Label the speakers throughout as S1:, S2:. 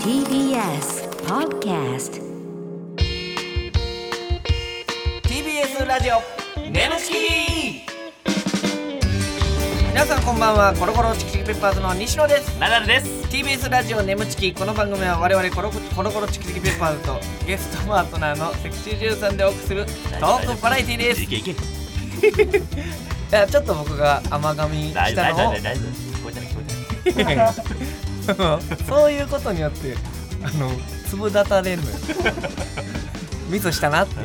S1: TBS Podcast
S2: TBS ラジオネムチキ皆さんこんばんはコロコロチキチキペッパーズの西野です
S3: ナダルです。
S2: TBS ラジオネムチキこの番組は我々コロコロコロチキチキペッパーズとゲストパートナーのセクシージュさんでお送りするトークバラエティーです
S3: い
S2: い
S3: けいけ。
S2: やちょっと僕が甘噛みし
S3: 大丈夫
S2: た
S3: 大丈
S2: の
S3: 夫大丈夫。聞こえてない聞こ
S2: をそういうことによってあの粒立たれるのよミスしたなって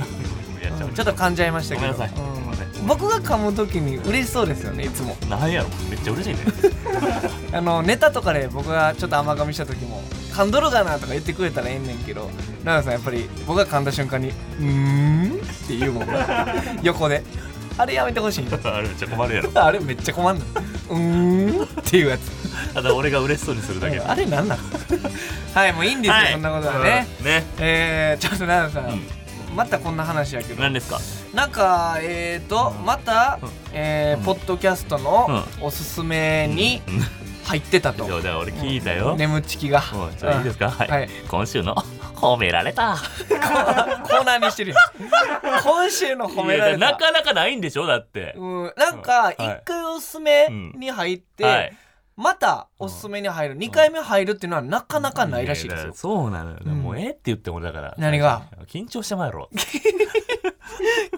S3: えてない。やっちゃう。
S2: ちょっと感じちゃいましたけど
S3: ごめんなさいごめんなさい
S2: うん僕が噛むときに嬉しそうですよねいつも
S3: なんやろめっちゃ嬉しいね。
S2: あのネタとかで僕がちょっと甘噛みした時も「噛んどるがな」とか言ってくれたらええねんけど奈良さんやっぱり僕が噛んだ瞬間に「うーん?」って言うもん 横であれやめてほしい
S3: あれめっちゃ困るやろ。
S2: あれめっちゃ困んの「うーん?」っていうやつ
S3: ただ俺が嬉しそうにするだけ。
S2: あれなん なんはいもういいんですよ、そんなことはね、。
S3: うんね。
S2: えー、ちょっと奈良さん、
S3: うん
S2: またこんな話やけど
S3: 何ですか。
S2: なんかえーとまた、
S3: うん
S2: えー
S3: うん
S2: ポッドキャストのおすすめに
S3: うん
S2: 入ってたと、
S3: そうだから俺聞いたよ。
S2: 眠っちきが、
S3: もうちょいいですか。
S2: うんは
S3: はいい。今週の褒められ た。
S2: コーナーにしてるよ今週の褒められ
S3: いやな
S2: た
S3: かなかないんでしょだって。
S2: うん、なんか
S3: はい
S2: 1回おすすめに入って、
S3: はい。
S2: またおすすめに入る2回目入るっていうのはなかなかないらしいです
S3: や
S2: よ
S3: やそうなのよ。
S2: ん
S3: もうええって言って俺だから。
S2: 何が
S3: 緊張してまいろ。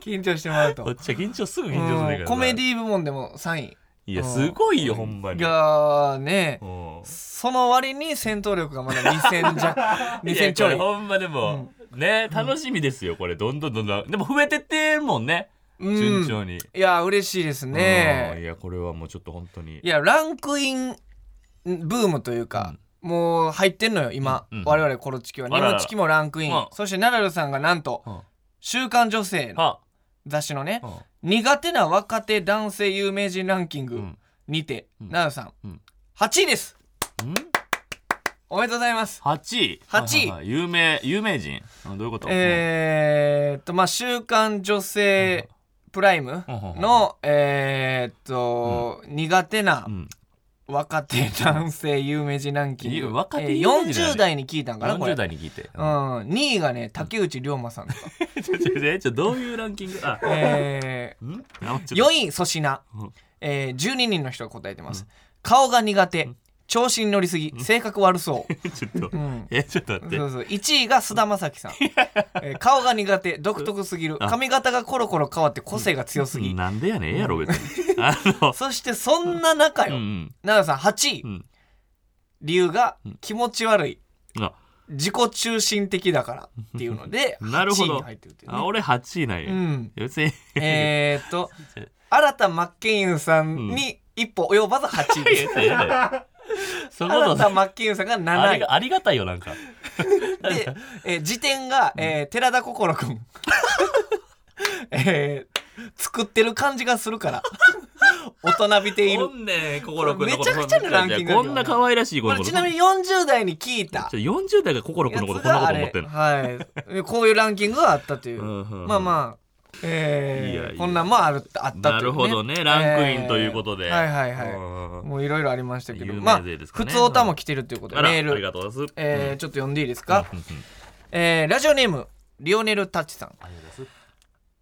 S2: 緊張してもらう と
S3: こっちは緊張すぐ緊張するんだけ
S2: うん
S3: ど。
S2: コメデ
S3: ィ。
S2: ィ部門でも3位
S3: いやすごいよほんまに。
S2: がね
S3: うん
S2: その割に戦闘力がまだ2000じゃ
S3: いや
S2: 2000ちょい
S3: これほんまでも、ね楽しみですよこれどんどんどんどんでも増えてってるもんね
S2: うん
S3: 順調に、
S2: いや嬉しいです
S3: うん
S2: ね
S3: いやこれはもうちょっと本当に
S2: いやランクインブームというか、もう入ってんのよ今、
S3: うんうん
S2: 我々コロチキは
S3: あらら
S2: ネムチキもランクイン、
S3: うん
S2: そしてナダルさんがなんと
S3: うん
S2: 「週刊女性」の
S3: あ、
S2: 雑誌のね
S3: うん
S2: 苦手な若手男性有名人ランキン
S3: う
S2: グ
S3: ん
S2: にて、
S3: うん
S2: ナダルさん、
S3: うん
S2: 8位ですおめでとうございます
S3: 8位
S2: 八位
S3: はいはいはい有名有名人うんどういうこと、
S2: えー、っとまあ「週刊女性プライム
S3: うんうん
S2: の、えー、っと、苦手な
S3: うん、
S2: 若手男性有名人ランキン
S3: いや
S2: グ、
S3: 若手
S2: え
S3: 有
S2: ー
S3: 名人だね
S2: 40代に聞いたんかなこれ
S3: 40代に聞いて、
S2: うん、2位がね竹内涼真さんとか、
S3: ちょちょちょえちょどういうランキングあ
S2: え
S3: んあ
S2: ー、
S3: ちょっと
S2: 4位粗品、
S3: うん
S2: えー、12人の人が答えてます、顔が苦手調子に乗りすぎ性格悪そう
S3: ちょっと、
S2: うん
S3: えちょっと待って
S2: そうそう1位が菅田将暉さん、 えー顔が苦手独特すぎる
S3: あ
S2: 髪型がコロコロ変わって個性が強すぎ、
S3: なんでやねんええやろ別にあの
S2: そしてそんな中
S3: う
S2: よ、
S3: ん
S2: 奈良さん8位、
S3: うん
S2: 理由が気持ち悪い
S3: うんあ
S2: 自己中心的だからっていうので
S3: なるほど
S2: 8位に入ってるっていうね
S3: あ俺8位なんや、
S2: うん
S3: 別に
S2: えーっと新田真剣佑さんに一歩及ばず8位 です
S3: いやいやいやそこ
S2: 新
S3: の
S2: 田真剣佑さんが
S3: あ
S2: 7
S3: り
S2: 位
S3: がありがたいよなんか
S2: で、えー、辞典が、えー寺田心君 えー作ってる感じがするから 大人びてい
S3: お
S2: る
S3: んねん心くんの
S2: めちゃくちゃなランキングだよ
S3: こんな可愛らしい
S2: こ
S3: こ
S2: れ
S3: の
S2: ちなみに40代に聞いた
S3: ちょ40代が心くん
S2: や
S3: の
S2: つ
S3: ことこんなこ
S2: があ
S3: と思っ
S2: れ
S3: てんの
S2: はいこういうランキングがあったという
S3: うんうんうん
S2: まあまあえー
S3: いやいや
S2: こんなんもあるあったという、ね、
S3: なるほどねランクインということで
S2: えーはいはいはい、
S3: うん
S2: もういろいろありましたけど、
S3: 有
S2: まあ
S3: 名勢ですかね
S2: 普通歌も来てるということで
S3: あら
S2: メー
S3: あり
S2: ル、
S3: がとうございます
S2: えーちょっと読んでいいですか、
S3: うんうんうん
S2: えーラジオネームリオネル・タッチさん
S3: ありがとうございます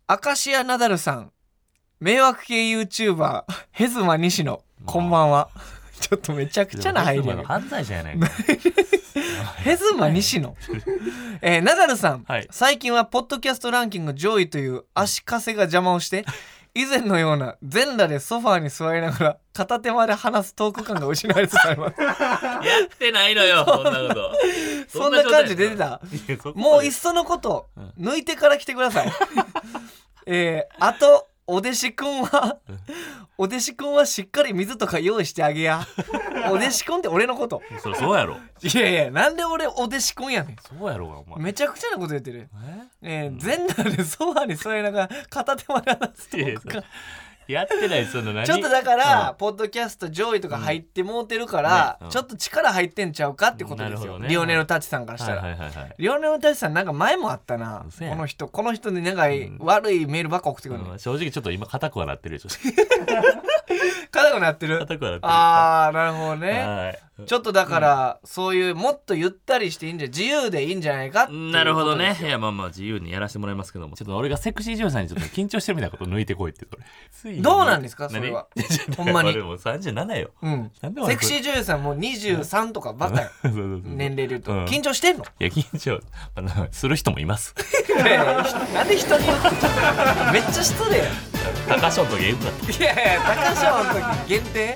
S2: アカシアナダルさん迷惑系 YouTuber ヘズマ西野こんばんは ちょっとめちゃくちゃな入りやな
S3: 犯罪者 やないか
S2: ヘズマ西野えーナダルさん、
S3: はい
S2: 最近はポッドキャストランキング上位という足かせが邪魔をして以前のような全裸でソファーに座りながら片手まで話すトーク感が失われつつあり ます
S3: やってないのよそんなこと
S2: そんな感じ出て
S3: い
S2: た
S3: やそこまで
S2: もういっそのこと抜いてから来てくだ さいえー、あとお弟子くんはお弟子くんはしっかり水とか用意してあげ やお弟子くんって俺のこと
S3: そりゃそうやろ
S2: いやいやなんで俺お弟子くんやね
S3: そうやろお前
S2: んめちゃくちゃなこと言ってるえ
S3: え
S2: ー、全裸でソファーに座りながら片手まで話すトークか
S3: やってないその何
S2: ちょっとだから、
S3: うん
S2: ポッドキャスト上位とか入ってもうてるから、
S3: うんねうん
S2: ちょっと力入ってんちゃうかってことです
S3: なる
S2: よ、
S3: ほどね
S2: リオネロ・タッチさんからしたら、
S3: はいはいはいはい
S2: リオネロ・タッチさんなんか前もあったな
S3: 嘘や
S2: この人この人になんか悪いメールばっか送ってくるの、
S3: うん正直ちょっと今硬くはなってるでしょ
S2: 硬くなってる
S3: 硬くはなってる
S2: ああなるほどね
S3: はい
S2: ちょっとだから、そういうもっとゆったりしていいんじゃ自由でいいんじゃないかっていう
S3: なるほどねいやまあまあ自由にやらせてもらいますけどもちょっと俺がセクシー女優さんにちょっと緊張してるみたいなこと抜いてこいってそれついに
S2: どうなんですかそれは
S3: 何ちょっと
S2: ほ んまに
S3: 俺もう37よ
S2: うん
S3: なんで俺
S2: セクシー女優さんもう23とかばっかよ
S3: そうそうそう
S2: 年齢で言うと
S3: うん
S2: 緊張してんの
S3: いや緊張あのする人もいます
S2: いやいやなんで人によってめっちゃ失礼やん
S3: 高翔とゲームだった
S2: いやいや高翔の時限定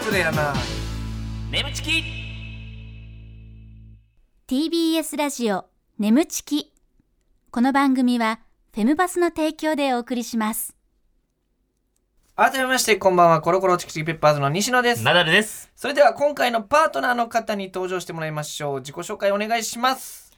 S2: 失礼やな
S3: 眠ちき
S4: TBS ラジオ眠ちきこの番組はフェムバスの提供でお送りします
S2: 改めましてこんばんはコロコロチキチキペッパーズの西野です
S3: ナダルです
S2: それでは今回のパートナーの方に登場してもらいましょう自己紹介お願いします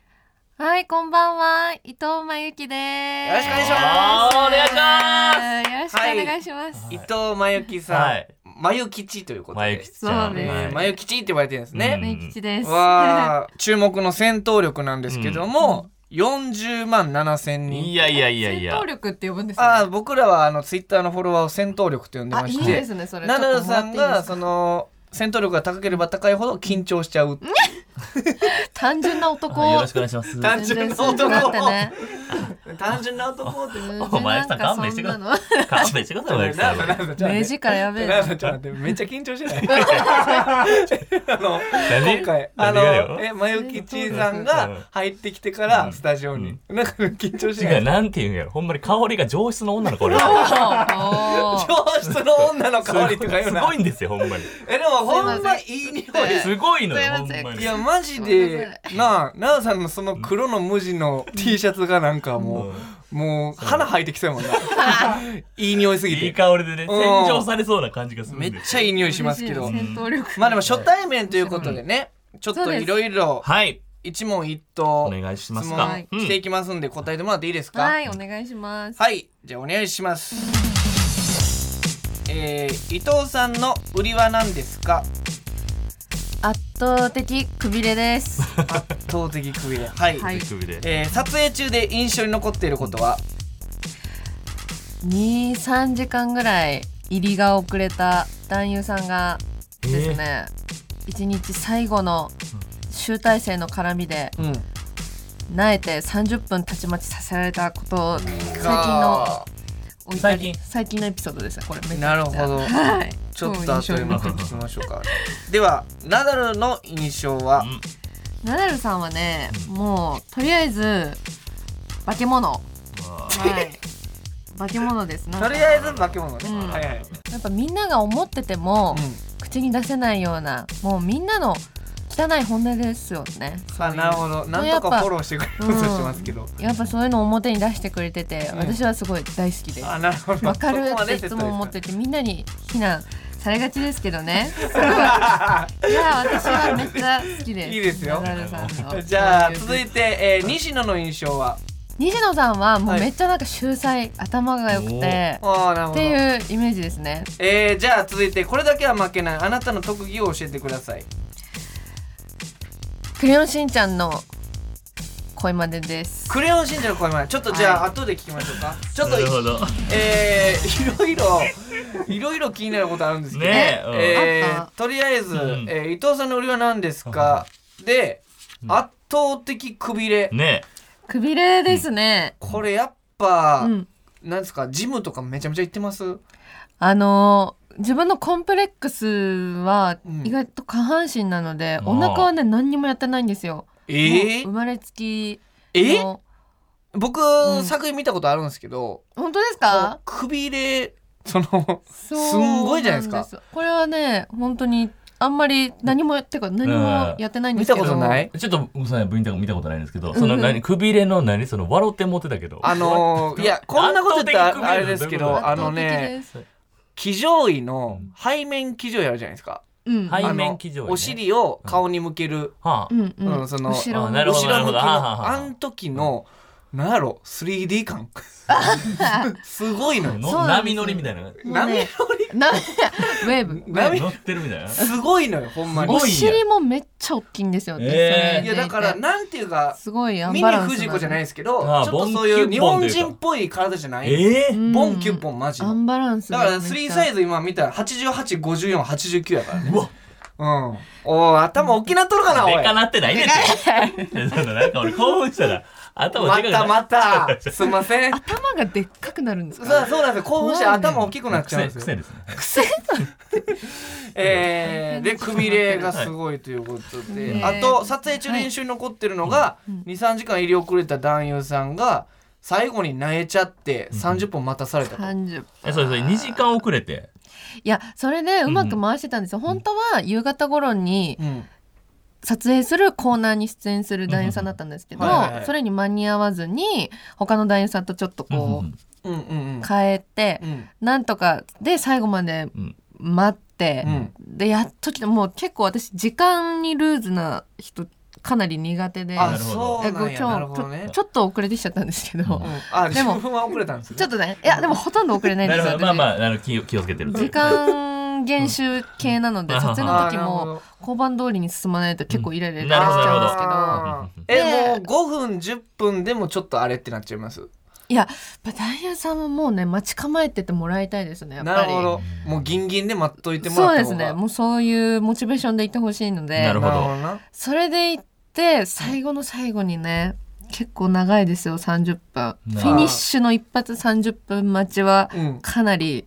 S5: はい、こんばんは。伊藤真由紀です。。
S2: よろしくお願いし
S3: ますお願いします
S5: よろしくお願いします。
S2: 伊藤真由紀さん、
S3: はい
S2: 真由吉ということで
S3: マユキちゃ
S5: そ
S3: ん
S5: うです
S3: は
S2: えー
S3: い
S2: 真由吉って呼ばれてるんですね、
S3: うん
S5: 真由吉です。
S2: わあ注目の戦闘力なんですけども、40万7千人
S3: いやいやい や
S5: 戦
S3: いや
S5: 闘力って呼ぶんですね。
S2: ああ僕らはあのツイッターのフォロワーを戦闘力と呼んで
S5: あ
S2: ま
S5: い
S2: し
S5: い
S2: て
S5: ですね、それ。
S2: ナダルさんが
S5: ち
S2: そ
S5: ょっとも
S2: の戦闘力が高ければ高いほど緊張しちゃう
S5: らっていいですか単純な男。
S3: よろしくお願いします
S2: 単
S5: 全
S2: 純
S5: 然
S2: な
S5: そ
S2: 男
S5: うなってね。
S2: 単純な男って
S3: お前さ勘弁してくだ
S5: さ
S3: 勘弁してくださいマユキさん
S5: 目力やべえ
S2: な
S5: な。
S2: んかちょっと待ってめっちゃ緊張してない あの
S3: 何
S2: 今回あ
S3: 何
S2: の
S3: がよ
S2: えまゆきちさんが入ってきてからスタジオに、なんか緊張してな
S3: 違う
S2: い
S3: なんていうんやろほんまに香りが上質の女 の子俺
S5: おーおー
S2: 上質の女の香りとか言う
S3: す
S2: な
S3: ごいんですよほんまに
S2: えでもほんまい
S5: す
S2: い匂い
S3: すごいのよほん
S5: すいません
S3: ま
S2: い
S3: に
S2: やマジでなあ奈良さんのその黒の無地の T シャツがなんかもうもう花生えてきそうやもんないい匂いすぎ
S3: いい
S2: て
S3: 香りでね
S2: うん
S3: 洗浄されそうな感じがする
S2: め
S3: ん
S2: っ
S3: です
S2: ちゃいい匂いしますけど
S5: 嬉しい戦闘力。
S2: まあでも初対面ということでねちょっといろいろ
S3: はい
S2: 一問一
S3: お
S2: 答
S3: 願いしま
S2: 質
S3: すか
S2: 問していきますんで答えてもらっていいですか
S5: はい、お願いします。
S2: はいじゃあお願いしますえー、伊藤さんの売りは何ですか
S5: 圧倒的くびれです。
S2: 圧倒的クビレはい、
S5: はい
S3: 手首で
S2: えー撮影中で印象に残っていることは
S5: 二三時間ぐらい入りが遅れた男優さんがですね、一日最後の集大成の絡みで
S2: うん
S5: 苗えて30分たちまちさせられたことを最近の
S2: か
S5: お怒り
S3: 最近
S5: 最近のエピソードですねこれめちゃくちゃ
S2: なるほど
S5: はい
S2: ちょっと後でまた
S5: そう印象に残って
S2: 聞きましょうかではナダルの印象は
S3: うん
S5: ナダルさんはねもうとりあえず化け物は
S3: まあ
S5: い 化け物ですなん
S2: と
S5: か
S2: りあえず化け物ね、
S5: うん
S2: はいはい、
S5: やっぱみんなが思ってても、
S2: う
S5: 口に出せないようなもうみんなの汚い本音ですよね
S2: ん、あなるほどなんとかフォローしてくれようとしてますけど、
S5: やっぱそういうのを表に出してくれてて、
S2: うん
S5: 私はすごい大好きです。
S2: あ
S5: わ
S2: なるほど
S5: かる
S2: そこま
S5: っ
S2: で
S5: てい
S2: 説明
S5: つ
S2: す
S5: も
S2: る
S5: 思っててみんなに非難されがちですけど ね。いや私はめっちゃ好きです。
S2: いいですよ
S5: ナダルさんの
S2: じゃあ
S5: こういう
S2: 続いて、えー、西野の印象は
S5: 西野さんはも
S2: は
S5: う
S2: い
S5: めっちゃなんか秀才、頭が良くて
S2: ああなるほ
S5: っ
S2: ど
S5: ていうイメージですね。
S2: えー、じゃあ続いてこれだけは負けないあなたの特技を教えてください
S5: クレヨンしんちゃんの声真似です。
S2: クレヨンしんちゃんの声までちょっとじゃあ
S5: は
S2: 後で聞きましょうかちょっと
S3: なるほど
S2: えー、いろいろいろいろ気になることあるんですけど、
S3: ね
S2: え
S5: うんあ
S2: ー
S5: っ、
S2: とりあえず、
S3: ん
S2: えー伊藤さんの売りは何ですかで圧倒的くびれ、
S3: ね
S5: くびれですね。
S2: これやっぱ、
S5: うん。
S2: なんですかジムとかめちゃめちゃ行ってます
S5: あのー自分のコンプレックスは
S2: うん
S5: 意外と下半身なの
S3: あ
S5: で、
S3: ー
S5: お腹はね何にもやってないんですよ。
S2: え
S5: もう生まれつき
S2: え
S5: の
S2: 僕、
S5: ん
S2: 作品見たことあるんですけど
S5: 本当ですか
S2: こうくびれその
S5: そう
S2: すんごいじゃないですか
S5: なこれはね本当にあんまり何もてか何もやってないんで
S2: 見
S5: す
S2: た
S5: けど
S2: ことない
S3: ちょっとごめんなさい V 見た見たことないんですけどそ
S5: うん
S3: の
S5: うん
S3: 何くびれの何その笑ってもってたけど
S2: あのーいやこんなこと言った
S3: 圧倒的
S2: らあれですけ
S3: くびれ
S2: どあのね騎乗位の背面騎乗位あるじゃないですか、
S5: うん
S3: は背い
S2: あの
S3: 面騎乗位ね
S2: お尻を顔に向ける、
S3: はあ
S5: うんう
S2: うん
S5: ん
S2: その
S5: 後
S3: あ
S5: ろ
S3: なるほ
S2: 後
S3: ど
S2: ろ向きの
S3: なるほどはあはあは
S2: あ
S3: あ
S2: ん時のなんやろ 3D 感すごいのよ
S5: そうなんです
S3: 波乗りみたいな。
S5: もうねなウェーブ
S2: 波
S3: 乗ってるみたいな。
S2: すごいのよほんまに
S5: お
S3: すごいんや
S5: 尻もめっちゃ大きいんですよ、ね
S3: えー
S5: そ
S2: い
S5: れ
S2: やだからなんていうか
S5: すごいアン
S2: ミ
S5: バ
S2: ニ
S5: ランス
S2: 藤子じゃない
S5: い
S2: ですけど
S3: あー
S2: ちょっとそういう日
S3: ボン
S2: 本
S3: キュ
S2: 人
S3: ッポンというか
S2: っぽい体じゃない
S3: ええ
S2: ボンキュッポンマジ
S5: ア
S2: の
S5: ンバランス
S2: だから3サイズ今見たら885489やからね
S3: うわ
S2: うんおー頭大きなっとるかなおい
S3: でかなってないねんて。いやそんななんか俺興奮したら頭
S2: ま
S3: でかくな
S2: た
S3: る
S2: またすんません
S5: 頭がでっかくなるんで す
S2: そ
S5: か
S2: うそうなんですよ興奮して頭大きくなっちゃうん
S3: 癖
S2: ですよ
S3: 癖ですね。
S2: えー、でくびれがすごいということで、
S5: はい
S2: あと撮影中練習に残ってるのが、23時間入り遅れた男優さんが最後に泣えちゃって30分待たされたと、
S5: 30
S3: えそうそう2時間遅れて。
S5: いやそれでうまく回してたんですよ、本当は夕方頃に
S2: うん
S5: 撮影するコーナーに出演する男優さんだったんですけど、
S2: うんはいはいはい
S5: それに間に合わずに他の男優さんとちょっとこう
S2: うんうんうん
S5: 変えて、
S2: うん
S5: なんとかで最後まで
S3: うん
S5: 待って、
S2: うん
S5: でやっと来てもう結構私時間にルーズな人かなり苦手で
S2: あ
S3: なるほど
S2: そうなん
S5: え
S2: や
S5: ちょ
S2: なるほどね
S5: ちょっと遅れてきちゃったんですけど、
S3: う
S2: うんん、あ
S5: で
S2: 自
S5: も
S2: 分は遅れたんですね
S5: ちょっとねいやでもほとんど遅れないん
S3: な
S5: で
S3: る
S5: す
S3: ほ
S5: よ
S3: どまあまああの気を気をつけてるっていう。
S5: 時間厳守系なので
S3: うん
S5: 撮影の時
S2: あーなるほ
S5: も
S2: ど
S5: 交番通りに進まないと結構イライラしち
S3: なるほどなる
S5: ゃ
S3: ほ
S5: うん
S3: ど
S5: ですけどや
S2: あーえもう5分10分でもちょっとあれってなっちゃいます
S5: っぱ男優さんももうね待ち構えててもらいたいですねやっ
S2: な
S5: ぱ
S2: るほ
S5: り
S2: どもうギンギンで待っといてもらっ
S5: そう
S2: た
S5: で
S2: 方
S5: す
S2: が
S5: ねもうそういうモチベーションで行ってほしいの
S3: な
S5: で
S3: るほど
S2: な
S5: それで行って最後の最後にね結構長いですよ30分フィニッシュの一発30分待ちは
S2: うん
S5: かなり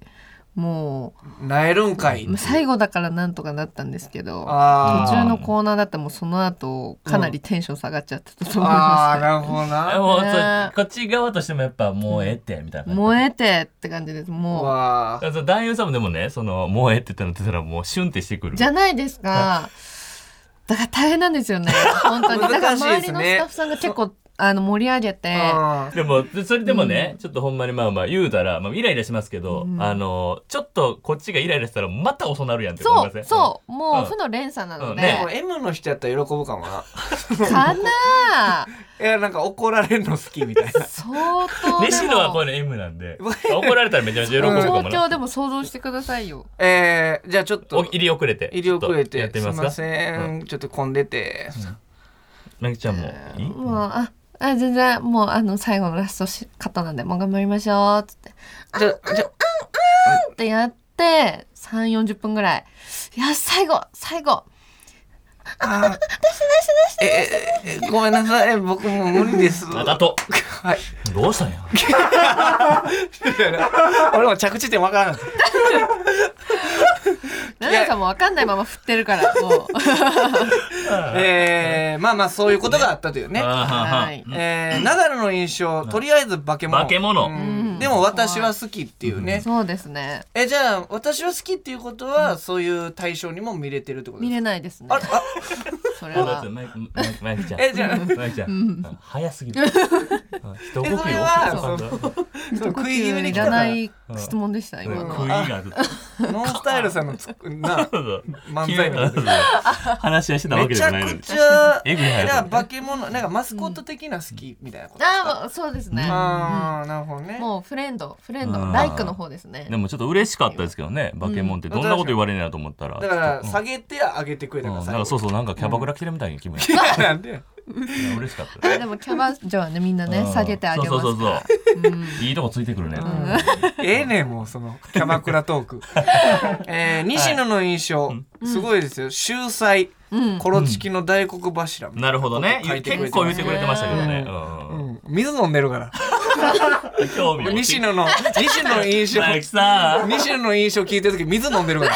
S5: も
S2: なえるんかいう
S5: 最後だからなんとかなったんですけど
S2: あ
S5: 途
S2: ー
S5: 中のコーナーだってもうその後かなりテンション下がっちゃってたと思い
S2: あ
S5: ま
S2: あ
S5: す、
S2: なるほど
S3: あ
S2: な
S3: もう
S5: ね
S3: そうこっち側としてもやっぱもうええってみたいな感じ。
S5: 燃えてって感じです
S2: う
S5: も
S2: わー
S3: だからそう男優さんもでもねそのもうええって言ったらもうシュンってしてく
S5: う
S3: る。
S5: じゃないですかだから大変なんですよ ね本当にだから
S2: 難しい
S5: 周
S2: で
S5: り
S2: すね
S5: のスタッフさんが結構あの盛り上げて
S2: あー
S3: でもでそれでもね、ちょっとほんまにまあまあ言うたら、まあ、イライラしますけど、
S5: うん
S3: あのちょっとこっちがイライラしたらまた遅なるやんって
S5: そ
S3: 思いませ
S5: うんそうも
S3: うん
S5: う負の連鎖なので、
S3: うん
S2: でも M の人やったら喜ぶかもな。
S5: か なあ
S2: いやなんか怒られるの好きみたいな。
S5: 相当で
S3: 西野はこうい
S5: も
S3: うの M なんで怒られたらめちゃめちゃ喜ぶかも
S5: 東
S3: な
S5: 京でも想像してくださいよ
S2: えー、じゃあちょっ
S3: お
S2: と
S3: 入り遅れて
S2: 入り遅れ
S3: ちょっとやってて
S2: す
S3: み
S2: い
S3: ます
S2: ま
S3: か
S2: せん、ちょっと混んでて、
S3: なぎちゃんもいい、
S5: もうああ全然もうあの最後のラストしカットなんでもう頑張りましょうっつって
S2: じゃじゃ
S5: ってやって3四4 0分ぐらいいや最後最後
S2: あ出して出して出してえーごめんなさい僕もう無理です
S3: ああと
S2: はい
S3: どうしたんや
S2: 俺も着地点わからん
S5: ナナさんも分かんないまま振ってるからもう
S2: えー、まあまあそういうことがあったというね
S3: あ
S5: はい
S2: えー、ナダルの印象とりあえず化け物
S3: 化け物
S2: うんでも私は好きっていうね
S5: そうですね
S2: えじゃあ私は好きっていうことは、そういう対象にも見れてるってこと
S5: 見
S2: ですか
S5: れないですね
S2: あれあ
S5: それ
S3: はは
S5: は
S3: マイクマイクマイクちゃん
S2: えじゃあ
S3: マイクちゃん、早すぎる一呼吸
S2: えそれは
S3: 遅く感じ
S2: そう食い気味に
S5: い
S2: 来
S5: ら
S2: た
S5: な
S2: ら
S5: い質問でした今の
S3: 食い
S5: は
S3: がずっと
S2: ノンスタイルさんのつく な漫才の
S3: そうそう話し合いしてたわ
S2: め
S3: け
S2: ち
S3: じゃ
S2: ゃ
S3: ないの
S2: く
S3: に
S2: ちゃ
S3: えぐい早
S2: じゃあ
S3: さ
S2: 化け物なんかマスコット的な好きみたいなことですか
S5: ああそうですね
S2: あーなるほどね
S5: もうフレンドフレン
S3: うん
S5: ドライクの方ですね
S3: でもちょっと嬉しかったですけどねバケモンってどんなこと言われるんやと思ったら
S2: だから
S3: ちょっ
S2: 下げて上げてくれ
S3: と
S2: た
S3: うん
S2: から
S3: うんなんか
S2: 最
S3: そ
S2: 後
S3: うそうなんかキャバクラ来てるみたいに気分や
S2: いやなんで
S3: 嬉しかった
S5: でもキャバ嬢はねみんなね
S3: うん
S5: 下げてあげま
S3: そう
S5: すか
S3: そう
S5: ら
S3: そうそういいとこついてくるね
S2: ええねんもうそのキャバクラトークえー西野の印象すごいですよ秀才
S5: うん
S2: コロチキの大黒柱
S3: なるほどね
S2: 書いてくれ
S3: 結
S2: て
S3: 構
S2: ま
S3: 言っ
S2: す
S3: てくれてましたけどね
S2: うん水飲んでるから
S3: うん興味を
S2: 西野の西野の印象
S3: マイクさん
S2: 西野の印象聞いてる時水飲んでるから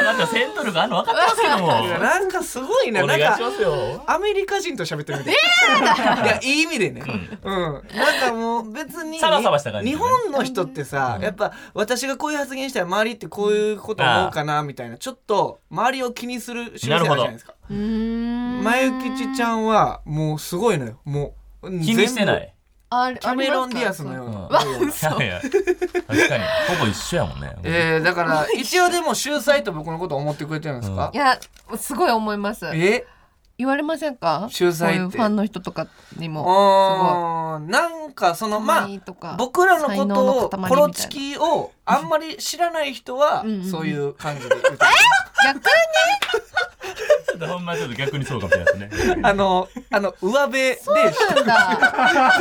S3: あなた戦闘力あるの分かって
S2: いや
S3: ま
S2: なんかすごい
S3: すけ
S2: な
S3: ども
S2: な
S3: お願
S2: ん
S3: いしま
S2: か
S3: すよ
S2: アメリカ人と喋ってるみたいいやいい意味でねうん、なんかもう別に
S3: サバサバした感じ
S2: 日本の人ってさ、やっぱ私がこういう発言したら周りってこういうこと思うかなみたいなちょっと周りを気にする習性あるじゃないですか
S5: うーん
S2: 前吉ちゃんはもうすごいのよもう
S3: 気にしてない
S5: あキ
S2: 全部キャメロン・ディアスのような、
S3: いやいや確かにほぼ一緒やもんね
S2: えー、だから一応でも秀才と僕のこと思ってくれてるんですか
S5: いやすごい思います
S2: え
S5: 言われませんか
S2: 秀才って
S5: こういうファンの人とかにも
S2: あーなんかそのまあ
S5: いいとか
S2: 僕らのこ
S5: 才能の塊
S2: とを
S5: みたいな
S2: コロチキをあんまり知らない人は
S5: うんうんうん
S2: そういう感じで言う
S5: 逆に
S3: ちょっとほんまちょっと逆にそうかもしれないですね。
S2: あのあの上辺で
S5: なん
S2: た
S5: だ
S2: だ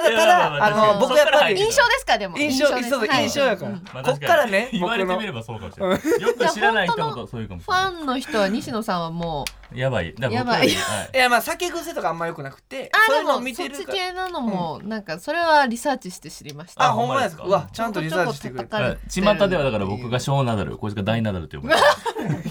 S2: た
S3: いやまあまあ
S2: だあの
S5: 確かに
S2: 僕やっぱり
S5: 印象ですかでも
S2: 印象
S5: です
S2: そう
S5: はい
S2: 印象やか
S5: う
S2: ら
S5: ん
S3: まあ
S2: こっからね
S3: 言わ
S2: 僕
S3: れて
S2: の
S3: みればそうかもしれない。よく知らない人ほどそういうかもし
S5: フ
S3: れな
S5: ァンの人は西野さんはもう
S3: い。やばい。だから僕
S5: やばい
S3: よりはい
S2: いやまあ酒癖とかあんま良くなくてそ
S5: あ
S2: うい
S5: で
S2: うのを
S5: も
S2: 見
S5: そ
S2: て
S5: っ
S2: る
S5: ち
S2: から
S5: 系なのも、なんかそれはリサーチして知りました
S2: あ
S3: あ
S2: ほんまですか
S3: ほ
S2: う
S3: んまですか
S2: わちゃんとリサーチしてくれ
S5: ちょこちょこ叩かれ
S3: はい。巷ではだから僕が小ナダル、こいつが大ナダルって呼ぶ。
S2: た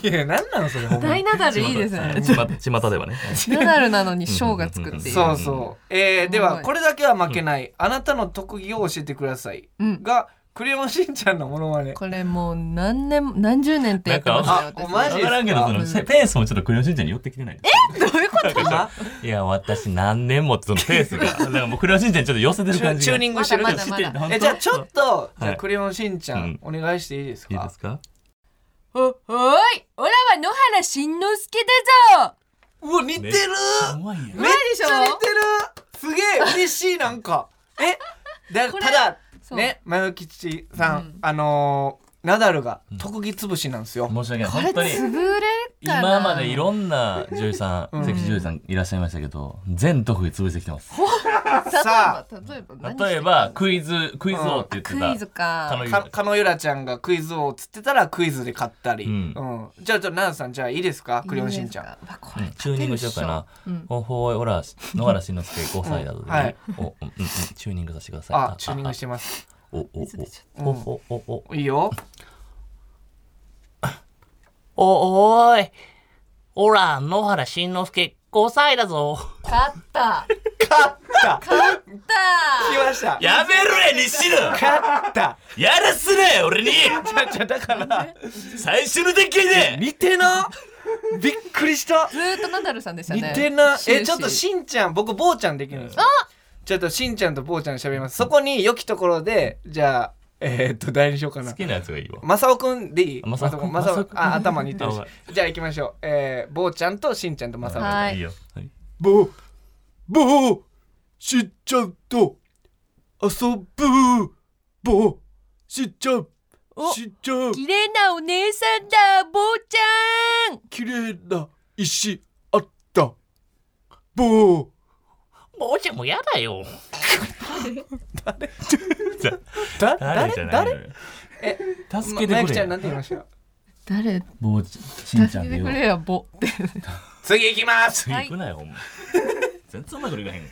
S2: いや何なのそれほんま
S5: 大
S2: に
S5: ナダ ルいいですね
S3: 巷巷では ね。
S5: ナダルなのにショーがつくっていう、
S2: そうそうえーで
S5: おも
S2: は
S5: ろい
S2: これだけは負けないあなたの特技を教えてください
S5: うん、
S2: がクレヨンしんちゃんのモノマネ
S5: これもう何年何十年ってやってましたよ
S2: なんか
S5: 私
S2: あマジ
S3: わからんけど、その、ペースもちょっとクレヨンしんちゃんに寄ってきてないです。
S5: どういう こと
S2: あ
S3: いや、私何年もってそのペ ースが。だからもうクレヨンしんちゃんにちょっと寄せてる
S2: チュ
S3: 感じ
S2: チ
S3: が。
S2: ューニングしてる
S5: ま
S3: し
S5: だ
S3: て
S5: まだま
S2: えじゃあちょっと、じゃ
S3: は
S2: あ
S3: い
S2: クレヨンしんちゃん、お願いしていいです
S3: いい
S2: か
S3: ですか
S6: お、おーい、オラは野原しんのすけだぞ
S2: うわ似てる
S3: め
S2: めっ
S3: っち
S2: ち
S3: ゃ
S2: ゃ
S3: 怖いやん。
S2: 似てるすげえ嬉しいなんかえだ
S5: これ
S2: ただ
S5: そう
S2: ねマヨキチさん、
S5: うん
S2: あのーナダルが特技潰しなんですよ、
S3: 申し訳ない。
S5: これ
S3: 本当に。
S5: 潰れるかな
S3: 今までいろんな女優さ
S2: うん
S3: ん、セクシー女優さんいらっしゃいましたけど、全特技潰してきてます。
S2: さ
S5: 例えば例えば何してたの
S3: 例えば、クイズ、クイズ王って言って
S5: クイズ
S3: た。
S5: か
S3: 彼女
S2: かかのゆらちゃんがクイズ王っつってたらクイズで勝ったり、う
S3: うんん
S2: じゃあちょっとナダルさんじゃあいいですかクレヨンしんちゃん
S5: いいですかわこ
S3: う
S5: れ
S3: んチューニングしようかな。
S5: うん
S3: おほい、おら、野原しんのすけ5歳だぞ。
S2: うんはい
S3: お、うんうんうんチューニングさせてください。
S2: あチューニングしてます
S3: お、お、お、お、お、お、お、
S2: いいよ
S7: お、おーい。おら、野原しんのすけ、5歳だぞ。
S5: 勝った
S2: 勝った勝
S5: だ
S2: 来ました
S3: やめろや、西野
S2: 勝った
S3: やらすなよ、俺に
S2: じゃあじゃあだから
S3: 最初の出来で
S2: 似てなびっくりした
S5: ずーっとナダルさんでした
S2: 似
S5: ね
S2: てな
S5: 終
S2: え
S5: 始
S2: ちょっとしんちゃん僕ぼうちゃんできるんですよちょっとしんちゃんとぼうちゃん喋りますそこに良きところでじゃあえー、っと誰にしようか
S3: 好
S2: な
S3: きなやつがいいわ。
S2: まさおくんでいい
S3: まさおくん
S2: まさお
S3: まさおくん
S2: あ頭似てるし
S3: あはい
S2: じゃあ行きましょうえー、ぼうちゃんとしんちゃんとまさおくん
S5: はい
S3: いよ。はい
S2: ぼうぼうしっちゃんと遊ぶぼうしっちゃんしっちゃん
S6: 綺麗なお姉さんだ、坊ちゃん
S2: 綺麗な石あったぼう
S7: もうちゃんもやだよ。
S2: だ
S3: 誰じゃないのよ
S2: え
S3: 助けて
S2: ま
S3: く
S2: ゆき
S3: れ
S2: ちゃんな
S3: よ
S2: ん。て言いました
S5: 誰
S3: ぼうちしんちゃ
S5: 助
S3: ん
S5: け
S3: で
S5: て
S3: よ
S5: く。れやぼって
S2: 次行きます
S3: 次行くなよ、ほんま。全然うまいこといかへん。え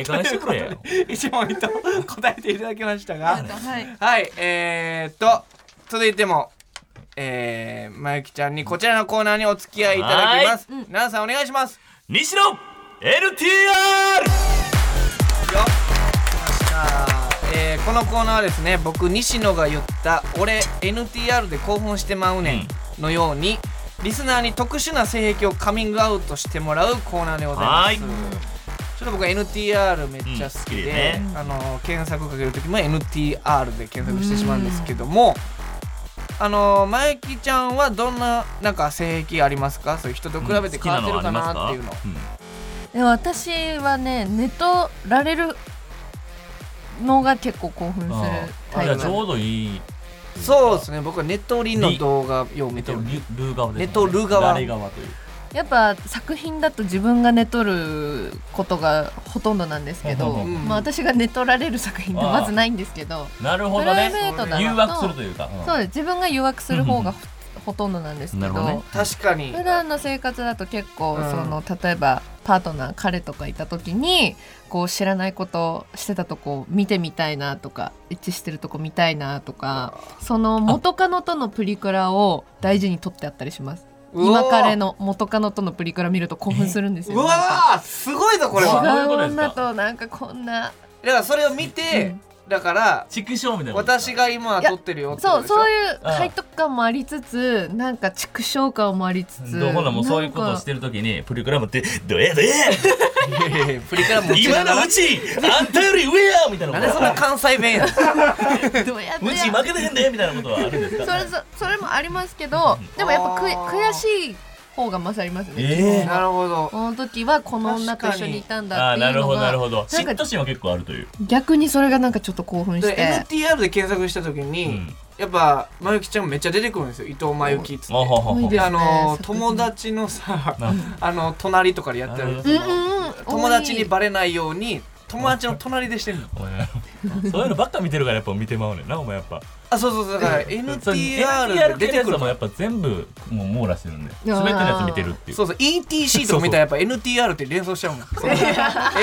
S3: え加減してくれよ。
S2: 一問一答答えていただきましたが
S5: はい
S2: はいえー、っと続いてもえー、まゆきちゃんにこちらのコーナーにお付き合いいただきますななさんお願いします
S3: 西野 LTR!
S2: よえーこのコーナーはですね僕西野が言った「俺 NTR で興奮してまうねん」のようにリスナーに特殊な性癖をカミングアウトしてもらうコーナーでございます
S3: はーい
S2: ちょっと僕は NTR めっちゃ好き
S3: うん好き
S2: で、
S3: ね
S2: あの検索かける時も NTR で検索してしまうんですけども、あのまゆきちゃんはどんななんか性癖ありますかそういう人と比べて変わってるかなっていうの、
S3: ん
S5: でも私はね寝とられるのが結構興奮する
S3: あ
S5: タ
S3: あい
S5: イプな
S3: や
S5: んで
S3: ちょうどいい。
S2: そうですね僕はネトリの動画よう見
S3: ネ
S2: て
S3: ト
S2: る
S3: ルー側ですね。
S2: ネトル側
S3: 誰側という。
S5: やっぱ作品だと自分が寝とることがほとんどなんですけど、
S3: うん
S5: まあ、私が寝とられる作品ってまずないんですけど
S3: なるほ
S5: プ
S3: ど
S5: ライ
S3: ね
S5: ベ。ートだと
S3: 誘惑するというか。
S5: そう
S3: う
S5: です自分が誘惑する方がほほとんどなんですけど
S3: なるほどね
S2: 確かに
S5: 普段の生活だと結構
S2: うん
S5: その、例えばパートナー彼とかいた時にこう知らないことしてたとこ見てみたいなとか一致してるとこ見たいなとかその元カノとのプリクラを大事に撮ってあったりします今彼の元カノとのプリクラ見ると興奮するんです
S2: う
S5: よなんか
S2: わーすごいぞこれは
S3: わ
S2: だ
S3: ー
S5: 違う女となんかこんな
S2: からそれを見てだから
S3: 畜生みたいな。
S2: 私。が今撮ってるよってこ
S5: そ
S2: と
S5: う
S2: でしょ
S5: そういう
S3: ああ
S5: 背徳感もありつつなんか畜生感もありつつ
S3: どうほらもうそういうことをしてるときにプリクラムってどえど え
S2: いやいやいやプリクラ持ち
S3: 今
S2: なが
S3: の
S2: ら
S3: うちあんたより上やみたいな
S2: なんでそんな関西弁やねん
S5: なんかどうやって
S3: うち負けてへんでみたいなことはあるんです
S5: そ
S3: か
S5: れそそれもありますけどでもやっぱくい
S2: あー
S5: 悔しい方が勝りますね。
S3: え
S2: なるほど
S5: この時はこの女と一緒にいたんだ
S3: あ
S5: っ
S3: あ
S5: て
S3: な
S5: いう
S3: る
S5: の
S3: ほどなる
S5: が
S3: ほど
S5: なん
S3: 嫉
S5: か
S3: 妬心は結構あるという
S5: 逆にそれがなんかちょっと興奮し
S2: で
S5: て
S2: NTR で検索した時に、
S3: うん
S2: やっぱ真由紀ちゃんめっちゃ出てくるんですよ伊藤真由紀っつって
S3: あはは
S5: 多いで
S2: であ
S5: すね
S2: の
S5: 作品
S2: 友達のさ
S3: な
S2: あの隣とかでやって
S3: な
S2: る
S3: るほ
S5: う
S3: ど
S5: んうんうん
S2: 友達に
S5: 多い
S2: バレないように友達の隣でしてんの
S3: お前そういうのばっか見てるからやっぱ見てまうねんなお前やっぱ
S2: あそうそうそうだから
S3: そう
S2: NTR で出てくる
S3: 系のやつも
S2: か
S3: や
S2: ら
S3: っぱ全部もう網羅してるんで全てのやつ見てるっていう
S2: そうそう ETC とか見たらやっぱ NTR って連想しちゃうもん その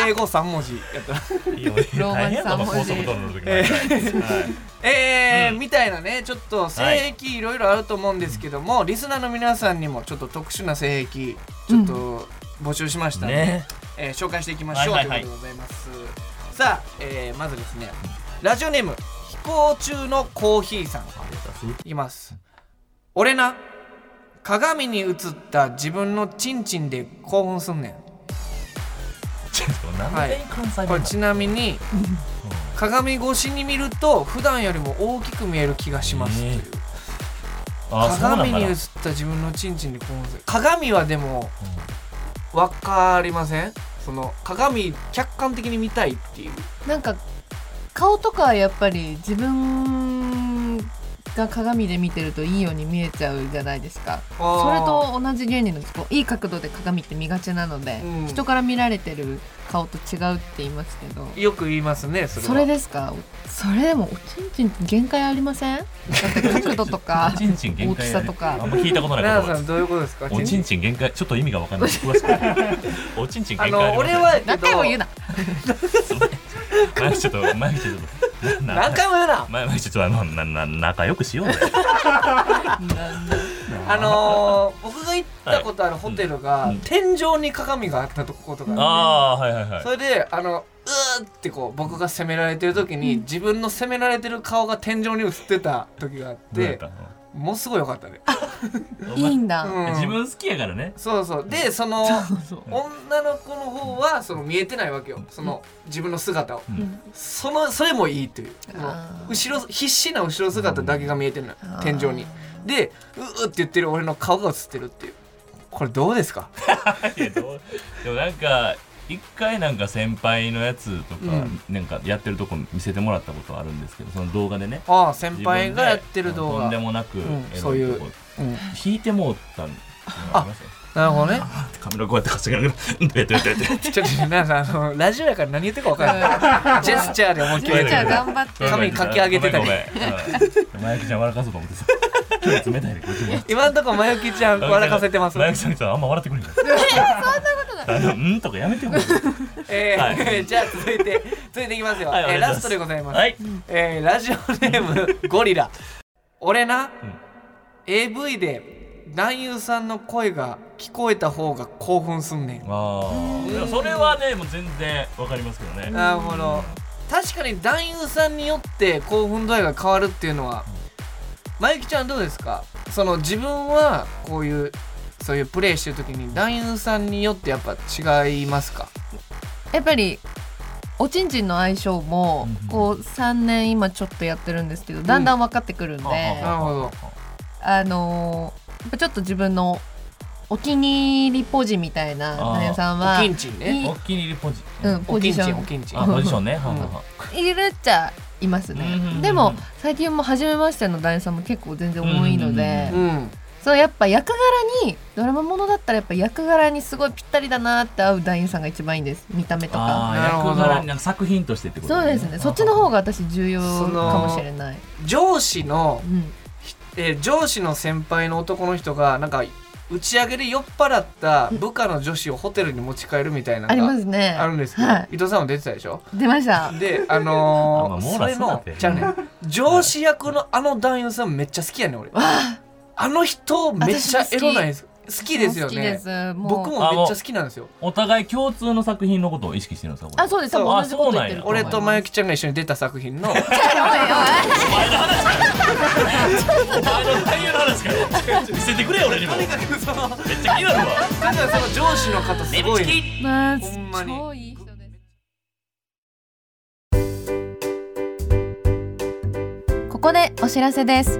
S2: 英語3文字やったら
S3: いいよね
S5: ローマ
S3: 大
S5: 字
S3: 変だ
S5: 三
S3: もん
S5: 文
S3: 高
S5: 字
S3: 速道路の時
S2: え
S3: はい
S2: えーみたいなねちょっと性癖いろいろあると思うんですけども、リスナーの皆さんにもちょっと特殊な性癖ちょっと募集しましたので、
S3: ね
S2: えー紹介していきましょう、
S3: はいはいはい
S2: ということでございますさあ、えーまずですねラジオネーム飛行中のコーヒーさんいきます俺な鏡に映った自分のチンチンで興奮すんねん
S3: ちょっとなんで関西弁
S2: こ
S3: な
S2: れ
S3: の
S2: ちなみに鏡越しに見ると普段よりも大きく見える気がしますという、
S3: えーあそうなん
S2: 鏡
S3: か
S2: に
S3: な
S2: 映った自分のチンチンで興奮する鏡はでも分かりませんその鏡客観的に見たいっていう
S5: なんか顔とかはやっぱり自分が鏡で見てるといいように見えちゃうじゃないですかそれと同じ原理のこういい角度で鏡って見がちなので、
S2: うん
S5: 人から見られてる顔と違うって言いますけど
S2: よく言いますねそれは
S5: それですかそれでもおちんちんって限界ありませんだって角度とか
S3: ちんちん限界やね
S5: 大きさとか
S3: あんま聞いたことない言
S2: 奈々
S3: 葉
S2: さ
S3: で
S2: ん
S3: す
S2: どういうことですか
S3: おちんちん限界ちょっと意味がわかんない詳しくおちんちん
S2: あ
S3: 限界あ
S2: の
S3: り
S2: 俺
S3: ますね
S2: はけ
S5: 何回
S2: ど
S5: も言うな
S3: 前にちょっと前にちょっとなな
S2: 何回も言うな
S3: 前前にちょっとあのなな仲良くしようね
S2: あのー僕が行ったことあるホテルが、
S3: はいうん
S2: 天井に鏡があったとことがあっ
S3: ああーはいはいは
S2: て
S3: い
S2: それであのうーってこう僕が責められてる時に、自分の責められてる顔が天井に映ってた時があっ
S3: どうやってたの
S2: もうすごい良かったね、
S3: お
S5: い
S3: 前
S5: いんだ、
S2: うん
S3: 自分好きやからね
S2: そうそうでそ の女の子の方はその見えてないわけよその自分の姿を、
S3: ん
S2: そのそれもいいというその
S5: あー
S2: 後ろ必死な後ろ姿だけが見えてるのよ天井にでううって言ってる俺の顔が映ってるっていうこれどうですか
S3: いやどうでもなんか一回なんか先輩のやつとか、
S2: うん
S3: なんかやってるとこ見せてもらったことあるんですけどその動画でね
S2: ああ先輩がやってる動画
S3: 自分でとんでもなく、
S2: ん
S3: エロいとこ
S2: そういううん
S3: 引いてもうたのがありましたよ
S2: なるほどね
S3: あーってカメラこうやって稼ぎながらうんとやってやってやって
S2: ちょっとなんかあのラジオやから何言ってるか分から ないジェスチャーで思いっき
S5: じ
S2: りやって
S5: ゃあ
S2: る
S5: 頑張って
S2: 髪かき上げてたり
S3: ごめんごめんうんマヤキちゃん笑かそうと思ってさ今日冷たいねこっちも
S2: 今んとこまゆきちゃん笑かせてます
S3: マヤキちゃんさあんま笑っ てくれないそんなことないあのうんとかやめてくれ
S2: えー
S3: は
S2: じゃあ続いて続いていきますよ、
S3: はいお願
S2: え
S3: い
S2: ー
S3: します
S2: ラストでございます、
S3: はい
S2: えーラジオネームゴリラ俺な、
S3: うん
S2: AV で男優さんの声が聞こえた方が興奮すんねん
S3: ああでもそれはねもう全然わかりますけどね
S2: なるほど確かに男優さんによって興奮度合いが変わるっていうのはまゆきちゃんどうですかその自分はこういうそういうプレイしてる時に男優さんによってやっぱ違いますか
S5: やっぱりおちんちんの相性も
S3: うんうん
S5: こう3年今ちょっとやってるんですけどだんだん分かってくるんで、
S3: うんあ
S2: なるほど
S5: あのーやっぱちょっと自分のお気に入りポジみたいな
S3: あー
S5: 男優さん
S2: お
S5: は
S2: きんちんね
S5: い
S3: お気に入りポジ
S5: うん、
S2: お
S5: ポ
S2: き
S5: ジ
S2: ん
S5: シ
S2: ち
S5: ョ
S2: んお
S5: ン
S2: きんちん
S3: あポジション
S2: ん
S3: ね、ははい
S5: るっちゃいます
S3: うんうんうんう
S5: ね
S3: ん
S5: でも最近も初めましての男優さんも結構全然多いので、
S3: うん
S2: うん
S5: そうやっぱ役柄にドラマものだったらやっぱ役柄にすごいぴったりだなって合う男優さんが一番いいんです見た目とか
S3: あ
S2: なる
S3: あ
S2: ほど
S3: 役柄になんか作品としてってこと
S5: そうですねそっちの方が私重要
S2: その
S5: かもしれない、
S2: 上司の
S5: うん、
S2: えー上司の先輩の男の人がなんか打ち上げで酔っ払った部下の女子をホテルに持ち帰るみたいな
S5: ありま
S2: の
S5: すね
S2: があるんですけど、
S5: はい
S2: 伊藤さんも出てたで しょ
S5: 出ました
S2: であのー
S3: あまあ
S2: それ
S3: 網羅
S2: の
S3: するなって
S2: じゃあね上司役のあの男優さんめっちゃ好きやね俺あの人めっちゃエロないです好きですよ
S5: 好きで
S2: ね
S5: すもう
S2: 僕もめっちゃ好きなんですよ
S3: お互い共通の作品のことを意識してるんですかこれ
S5: あそうです
S2: そ
S5: 多
S2: う
S5: 分同じこと言ってる
S3: あ
S5: 思い
S2: 俺
S5: ます
S2: と真 由紀ちゃんが一緒に出た作品の
S3: お前の俳優の話から見せてくれよ俺 にもめっ
S2: そのなんか
S3: ちゃ気になるわ
S2: その上司の方すごい
S5: まあ
S2: ほんまに
S5: 超いい人ですここでお知らせです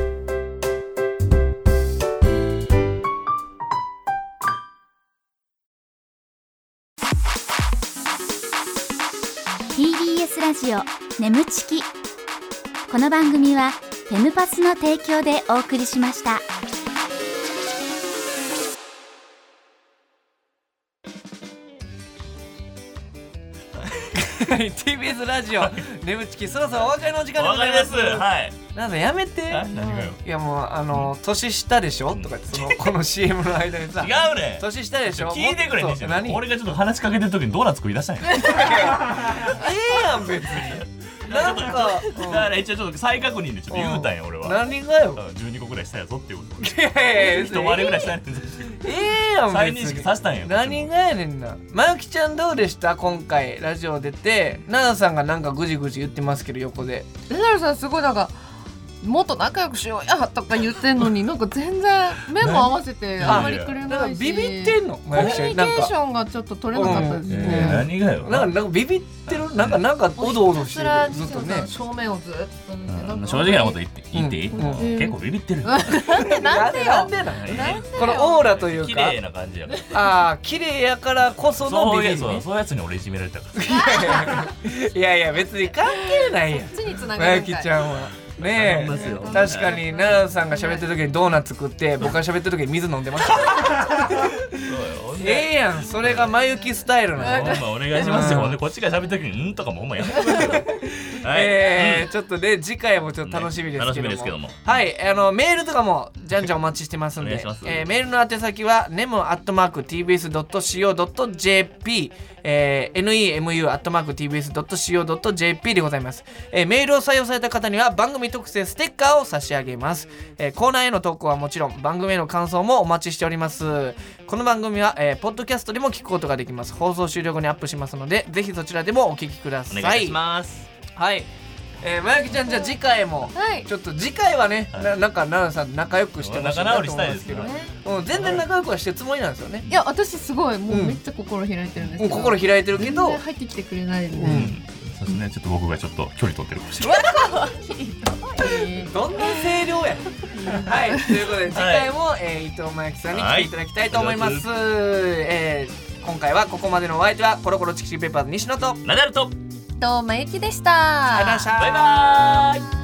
S4: ー TBS ラジオ眠ちきこの番組はフェムパスの提供でお送りしました。
S2: TBS ラ ジオ眠ちきそろそろお別れの時間で
S7: わ
S2: ご
S7: か
S2: ざ
S7: り
S2: い
S7: ま
S2: ますす
S7: はい
S2: なんだやめて
S7: え何がよ
S2: いやもうあの年下でしょとかってその この CM の間にさ
S7: 違うねん
S2: 年下でしょ
S7: 聞いてくれ
S2: も
S7: ね
S2: っと
S7: じゃ
S2: 何
S7: 俺がちょっと話しかけてる時にドーナツ食い出したんや
S2: ええやん別になんか、
S7: だから一応ちょっと再確認でちょっと言うたんや俺
S2: うん
S7: は
S2: 何がよ
S7: うん12個ぐらいしたやぞっていうこと
S2: いやいやい
S7: 一
S2: や
S7: 割ぐらいしたやつ
S2: ええやん
S7: 再
S2: 別
S7: 認
S2: に
S7: 識させたんや
S2: 何がやねんなまゆきちゃんどうでした今回ラジオ出て奈々さんがなんかぐじぐじ言ってますけど横で
S5: レナルさんすごいなんかもっと仲良くしようやとか言ってんの になんか全然目も合わせてあんまりくれ
S2: だか
S5: な
S2: ら
S5: いし
S2: ビビってんの
S5: コ
S2: ま
S5: ミュ
S2: ゆ
S5: ニ
S2: きちゃん
S5: ケ
S2: なん
S5: ーシ
S2: か
S5: ョンがちょっと取れなかったですね、
S7: えー何がよ
S2: なんかなんかビビってるなんかなんかおどおど
S5: ひ
S2: したて
S5: すら
S2: るずっとね
S5: 正面をずっと見てなん
S3: うん
S5: か
S3: 正直なこと言って言っていい、
S2: うん
S5: うん
S3: 結構ビビってる、
S5: なんでなんで
S2: な
S5: よ
S2: んでなん
S5: なんでよ
S2: このオーラという
S7: 綺
S2: か
S7: 麗な感じやから
S2: ああ綺麗やからこその
S7: そう
S2: ビ
S7: い
S2: ビ
S7: や
S2: り
S7: そう
S2: ね
S7: そういうやつに俺いじめられたから
S2: いやいや別に関係ないやん
S5: こっちに繋
S2: ま
S5: がる
S2: ゆ
S5: んかい
S2: きちゃんはね
S7: 頼みますよ
S2: え確かに奈々さんが喋ってる時にドーナツ食って僕が喋ってる時に水飲んでました
S7: そうよ
S2: ええやんそれがまゆきスタイルな
S7: ほん
S2: の
S7: まお願いしますよ。
S2: うん
S7: ほんでこっちが喋った時に「ん?」とかもほんまやめてくださいよはい、
S2: えーちょっとね次回もちょっと楽しみですけども,、
S7: 楽しみですけども
S2: はいあのメールとかもじゃんじゃんお待ちしてます
S7: お
S2: ん
S7: 願い
S2: で
S7: します
S2: えーメールの宛先は nemu.tbs.co.jp、えー、nemu.tbs.co.jp でございます、えーメールを採用された方には番組特製ステッカーを差し上げます、えーコーナーへの投稿はもちろん番組への感想もお待ちしておりますこの番組は、えーポッドキャストでも聞くことができます放送終了後にアップしますのでぜひそちらでもお聞きくださ
S7: お
S2: い
S7: 願いします。
S2: はい。えー、まゆきちゃんじゃあ次回も、
S5: はい
S2: ちょっと次回はね、
S7: はい
S2: ななんか奈々さん仲良くしてほしいなと思うんですけど、
S7: 仲直り
S2: うん、全然仲良くはしてるつもりなんですよね。
S5: いや私すごいも
S2: う
S5: うんめっちゃ心開いてるんで
S2: も
S5: すけ
S2: う
S5: ど、
S2: 心開いてるけ
S5: 全
S2: ど、
S5: 然入ってきてくれないです
S7: う
S5: ね、
S7: ん。そうですね。ちょっと僕がちょっと距離取ってるかもしれない。
S2: どんな声量やねんはい、ということで次回も、えー伊藤真由紀さんに来ていただきたいと思います。えー今回はここまでのお相手はコロコロチキチキペッパーズ西野と、ありがとう
S7: ナダルと
S5: とまゆきでした
S2: ございました。
S7: バイバーイ。